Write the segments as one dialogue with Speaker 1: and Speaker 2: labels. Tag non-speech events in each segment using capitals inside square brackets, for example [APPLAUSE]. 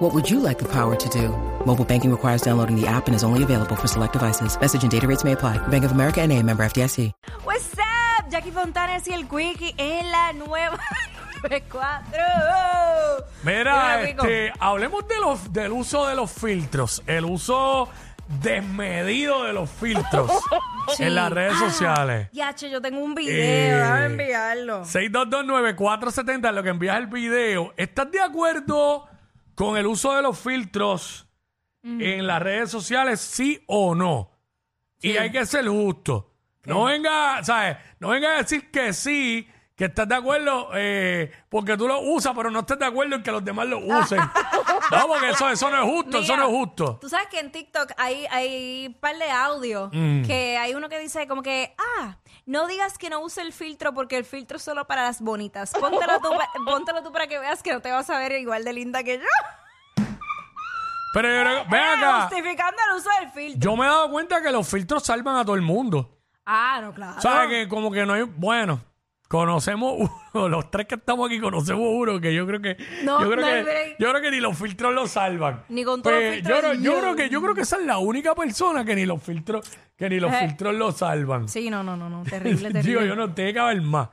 Speaker 1: What would you like the power to do? Mobile banking requires downloading the app and is only available for select devices. Message and data rates may apply. Bank of America and a member FDIC.
Speaker 2: What's up? Jackie Fontanes y el Quickie en la nueva [LAUGHS] 94.
Speaker 3: Oh. Mira,
Speaker 2: Rico.
Speaker 3: este, hablemos de los, del uso de los filtros, el uso desmedido de los
Speaker 2: [LAUGHS]
Speaker 3: filtros en las redes sociales.
Speaker 2: Yache, Ah, yo tengo un
Speaker 3: Eh,
Speaker 2: video, déjame enviarlo.
Speaker 3: 6229470, lo que envías el video. ¿Estás de acuerdo con el uso de los filtros
Speaker 2: Mm.
Speaker 3: en las redes sociales, sí o no? Y hay que ser justo. No venga, ¿sabes? No venga a decir que sí, que estás de acuerdo eh, porque tú lo usas, pero no estás de acuerdo en que los demás
Speaker 2: [LAUGHS]
Speaker 3: lo usen. no, porque eso, eso no es justo, eso
Speaker 2: Mira,
Speaker 3: no es justo.
Speaker 2: Tú sabes que en TikTok hay, hay un par de audio
Speaker 3: Mm.
Speaker 2: que hay uno que dice como que, ah, no digas que no use el filtro porque el filtro es solo para las bonitas. Póntelo tú,
Speaker 3: [LAUGHS]
Speaker 2: pa- póntelo tú para que veas que no te vas a ver igual de linda que yo.
Speaker 3: Pero yo creo- ven
Speaker 2: Eh,
Speaker 3: acá,
Speaker 2: Justificando el uso del filtro.
Speaker 3: yo me he dado cuenta que los filtros salvan a todo el mundo.
Speaker 2: Ah, no, claro.
Speaker 3: ¿Sabes que como que no hay... Bueno, conocemos uno, [LAUGHS] los tres que estamos aquí conocemos uno que yo creo que...
Speaker 2: No,
Speaker 3: yo, creo
Speaker 2: no hay
Speaker 3: que
Speaker 2: break.
Speaker 3: yo creo que ni los filtros lo salvan. Pues,
Speaker 2: Ni con todos los filtros
Speaker 3: Yo, creo- yo
Speaker 2: yo.
Speaker 3: creo que, yo creo que esa es la única persona que ni los filtros, que ni los
Speaker 2: Eh.
Speaker 3: filtros lo salvan.
Speaker 2: Sí, no, no, no, no, terrible, terrible.
Speaker 3: [LAUGHS] Digo, yo no tiene que haber más.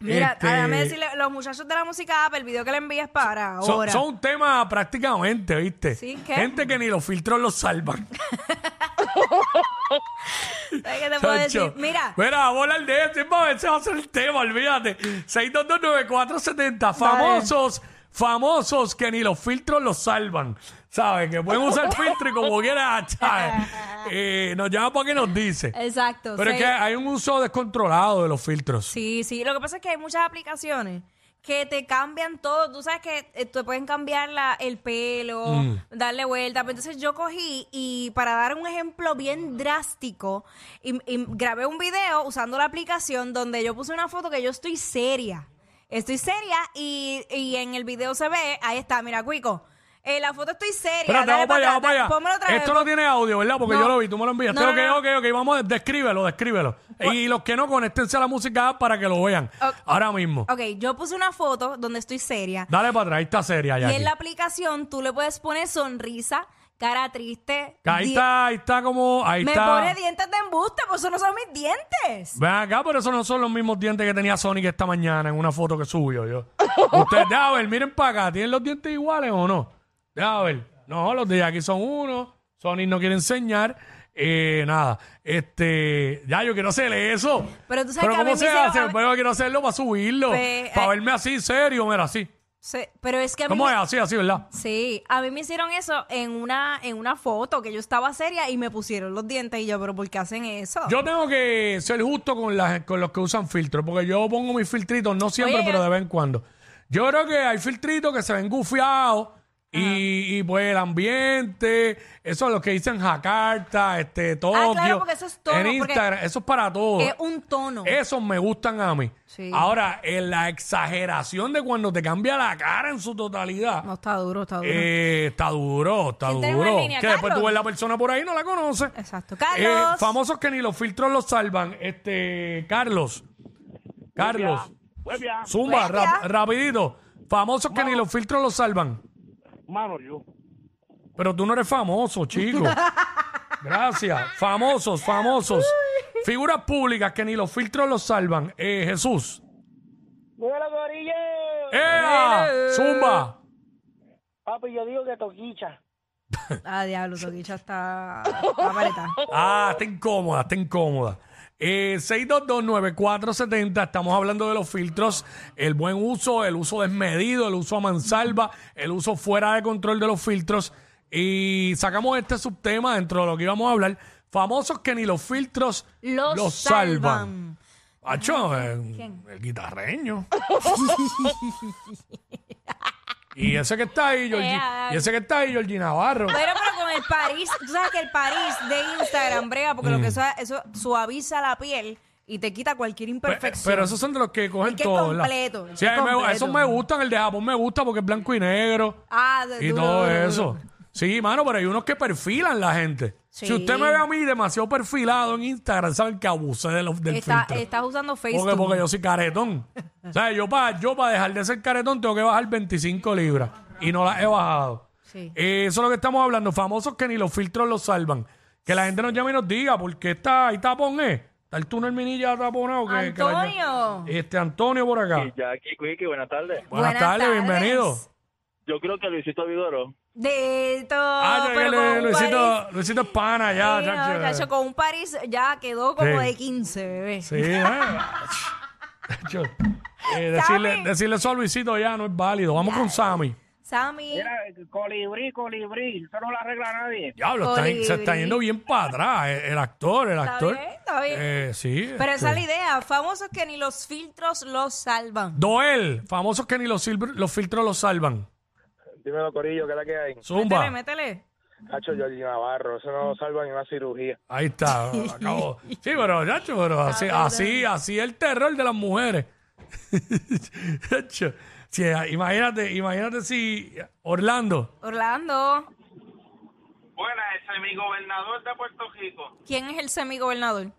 Speaker 2: Mira,
Speaker 3: Este,
Speaker 2: déjame decirle, los muchachos de la música App, el video que le envías para
Speaker 3: Son,
Speaker 2: ahora.
Speaker 3: son un tema prácticamente, ¿viste?
Speaker 2: Sí, ¿qué?
Speaker 3: Gente que ni los filtros lo salvan.
Speaker 2: ¿Sabes qué te puedo decir?
Speaker 3: Chacho.
Speaker 2: Mira,
Speaker 3: Mira, vamos a hablar de esto. Vamos, Ese va a ser el tema, olvídate. 6229470. Famosos, famosos que ni los filtros los salvan. ¿Sabes? Que pueden
Speaker 2: [LAUGHS]
Speaker 3: usar filtro y como quieran. ¿sabes? Eh, nos llama para que nos dice.
Speaker 2: exacto.
Speaker 3: Pero es
Speaker 2: sí.
Speaker 3: que hay un uso descontrolado de los filtros.
Speaker 2: Sí, sí, lo que pasa es que hay muchas aplicaciones que te cambian todo. Tú sabes que eh, te pueden cambiar la, el pelo,
Speaker 3: Mm.
Speaker 2: darle vuelta. Pero Entonces yo cogí y para dar un ejemplo bien drástico, y- y grabé un video usando la aplicación donde yo puse una foto que yo estoy seria. Estoy seria y, y en el video se ve, ahí está, mira, Cuico. eh, la foto estoy seria.
Speaker 3: Espérate,
Speaker 2: dale
Speaker 3: vamos para allá,
Speaker 2: atrás,
Speaker 3: vamos para allá.
Speaker 2: dale, pónmelo otra vez,
Speaker 3: Esto no tiene audio, ¿verdad? Porque
Speaker 2: No.
Speaker 3: yo lo vi, tú me lo enviaste.
Speaker 2: No,
Speaker 3: ok,
Speaker 2: no, no.
Speaker 3: ok, ok, vamos, descríbelo, descríbelo. Y los que no, conéctense a la música para que lo vean.
Speaker 2: Ok.
Speaker 3: Ahora mismo.
Speaker 2: Ok, yo puse una foto donde estoy seria.
Speaker 3: Dale para atrás, ahí está seria ya.
Speaker 2: Y en la aplicación tú le puedes poner sonrisa, cara triste.
Speaker 3: Ahí
Speaker 2: di-
Speaker 3: está, ahí está como, ahí
Speaker 2: Me
Speaker 3: está.
Speaker 2: pone dientes de embuste, pues eso no son mis dientes.
Speaker 3: Ven acá, pero esos no son los mismos dientes que tenía Sonic esta mañana en una foto que
Speaker 2: [LAUGHS]
Speaker 3: subió yo. Ustedes, déjame ver, miren para acá, ¿tienen los dientes iguales o no? Déjame ver. No, los de aquí son uno, Sonic no quiere enseñar. Eh, nada, este, ya yo quiero hacer eso.
Speaker 2: Pero tú sabes
Speaker 3: Pero
Speaker 2: que a mí
Speaker 3: ¿cómo
Speaker 2: me
Speaker 3: se
Speaker 2: hicieron-
Speaker 3: hace?
Speaker 2: a mí-
Speaker 3: Pero quiero hacerlo para subirlo,
Speaker 2: Pues,
Speaker 3: para
Speaker 2: eh.
Speaker 3: verme así, serio, mira, así.
Speaker 2: Se- pero es que a mí.
Speaker 3: ¿Cómo
Speaker 2: me-
Speaker 3: es? Así, así, ¿verdad?
Speaker 2: Sí, a mí me hicieron eso en una, en una foto que yo estaba seria y me pusieron los dientes y yo, pero ¿por qué hacen eso?
Speaker 3: Yo tengo que ser justo con, las, con los que usan filtros, porque yo pongo mis filtritos, no siempre,
Speaker 2: Oye,
Speaker 3: pero
Speaker 2: yo-
Speaker 3: de vez en cuando. Yo creo que hay filtritos que se ven gufiados y, y, pues el ambiente, eso es lo que dicen Jakarta, este, Tokio,
Speaker 2: Ah, porque eso es todo,
Speaker 3: en
Speaker 2: porque-
Speaker 3: Instagram, eso es para todo.
Speaker 2: es un tono.
Speaker 3: Esos me gustan a mí.
Speaker 2: Sí.
Speaker 3: Ahora, en la exageración de cuando te cambia la cara en su totalidad,
Speaker 2: No, está duro, está duro.
Speaker 3: eh, está duro, está
Speaker 2: ¿Quién tenemos
Speaker 3: duro.
Speaker 2: en línea,
Speaker 3: que después
Speaker 2: Carlos?
Speaker 3: tú ves la persona por ahí y no la conoces.
Speaker 2: Exacto.
Speaker 3: Eh,
Speaker 2: Carlos.
Speaker 3: famosos que ni los filtros los salvan. Este, Carlos. Carlos.
Speaker 4: Pues ya,
Speaker 3: Zumba,
Speaker 2: Pues ya.
Speaker 3: rap- rapidito. Famosos que ni los filtros los salvan.
Speaker 4: mano, yo.
Speaker 3: Pero tú no eres famoso, chico. Gracias. Famosos, famosos. Figuras públicas que ni los filtros los salvan. Eh, Jesús.
Speaker 4: Mira, gorillo.
Speaker 3: ¡Ea!
Speaker 2: Eh.
Speaker 3: Zumba.
Speaker 4: Papi, yo digo que toquicha.
Speaker 2: Ah, diablo, Toquicha está. está paleta.
Speaker 3: Ah, está incómoda, está incómoda. Eh, 6229470, estamos hablando de los filtros, el buen uso, el uso desmedido, el uso a mansalva, el uso fuera de control de los filtros. Y sacamos este subtema dentro de lo que íbamos a hablar. Famosos que ni los filtros
Speaker 2: Los,
Speaker 3: los, salvan.
Speaker 2: salvan.
Speaker 3: Acho, eh,
Speaker 2: ¿Quién?
Speaker 3: el guitarreño. [LAUGHS] y ese que está ahí, Georgie,
Speaker 2: Ea.
Speaker 3: y ese que está ahí, Georgie Navarro.
Speaker 2: Pero, pero con el París, tú sabes que el París de Instagram brega, porque lo que eso, eso suaviza la piel y te quita cualquier
Speaker 3: Mm. Pe- eh,
Speaker 2: imperfección.
Speaker 3: Pero esos son de los que cogen
Speaker 2: El que es
Speaker 3: todo. ¿verdad?
Speaker 2: completo, el
Speaker 3: Sí,
Speaker 2: que
Speaker 3: a mí
Speaker 2: es
Speaker 3: me-
Speaker 2: completo.
Speaker 3: esos me gustan, el de Japón me gusta porque es blanco y negro
Speaker 2: Ah, de-
Speaker 3: y
Speaker 2: duro,
Speaker 3: todo
Speaker 2: duro, duro.
Speaker 3: eso. Sí, mano, pero hay unos que perfilan la gente. Si
Speaker 2: Sí.
Speaker 3: usted me ve a mí demasiado perfilado en Instagram, saben que abusé de los del
Speaker 2: Está-
Speaker 3: filtro.
Speaker 2: estás usando
Speaker 3: porque,
Speaker 2: Facebook.
Speaker 3: porque yo soy caretón. o sea, yo para yo pa dejar de ser caretón tengo que bajar 25 libras y no las he bajado.
Speaker 2: Sí.
Speaker 3: Eh, eso es lo que estamos hablando, famosos que ni los filtros los salvan. Que la gente nos llame y nos diga por qué está ahí tapón, ¿eh? Está el túnel minilla taponado. Que, que la-
Speaker 2: Antonio.
Speaker 3: este Antonio por acá.
Speaker 5: Y Jackie Quickie, buenas tardes.
Speaker 3: Buenas,
Speaker 2: Buenas
Speaker 3: tardes,
Speaker 2: tardes. Oh,
Speaker 3: bienvenido.
Speaker 5: Yo creo que Luisito Vigoro
Speaker 2: De todo.
Speaker 3: Ah, ya
Speaker 2: pero
Speaker 3: que
Speaker 2: con
Speaker 3: le-
Speaker 2: un
Speaker 3: Luisito,
Speaker 2: París-
Speaker 3: Luisito es pana ya.
Speaker 2: Sí, no,
Speaker 3: chacho.
Speaker 2: chacho, con un París ya quedó como
Speaker 3: Sí.
Speaker 2: de 15, bebé.
Speaker 3: Sí, ¿eh? Chacho. Eh, decirle,
Speaker 2: Sammy.
Speaker 3: decirle eso a Luisito ya no es válido. Vamos con Sammy.
Speaker 2: Sammy.
Speaker 4: Mira, colibrí, colibrí, eso no lo arregla nadie.
Speaker 3: Diablo, está- se está
Speaker 2: Colibrí.
Speaker 3: yendo bien para atrás eh, el, el actor, el actor.
Speaker 2: bien, está bien.
Speaker 3: Eh, sí.
Speaker 2: Pero esa es la
Speaker 3: este.
Speaker 2: idea. Famosos que ni los filtros los salvan.
Speaker 3: Doel, famosos que ni los, silver- los filtros los salvan.
Speaker 6: Dímelo, Corillo, ¿qué es la que hay?
Speaker 3: Zumba.
Speaker 2: Métele, métele.
Speaker 6: Hacho Jordi Navarro, eso no salva ni una cirugía.
Speaker 3: Ahí está. acabó. Sí, pero, chacho, pero así, así, así el terror de las mujeres. [LAUGHS] Chacho. Sí, imagínate, imagínate si Orlando.
Speaker 2: Orlando,
Speaker 7: Buenas, ese mi gobernador de Puerto Rico.
Speaker 2: ¿quién es el semigobernador?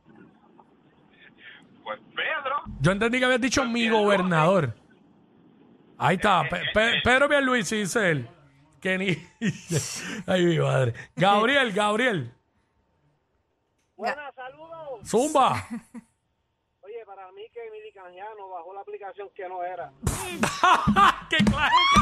Speaker 7: Pues Pedro.
Speaker 3: Yo entendí que habías dicho mi gobernador. Ahí está. Pe- Pe- Pedro Pierluisi dice él. Que ni. [LAUGHS] Ay, mi madre. Gabriel, Gabriel.
Speaker 4: Buenas, saludos.
Speaker 3: Zumba.
Speaker 4: Oye, para mí que Emily Canjiano bajó la aplicación que no era.
Speaker 3: ¡Qué clase!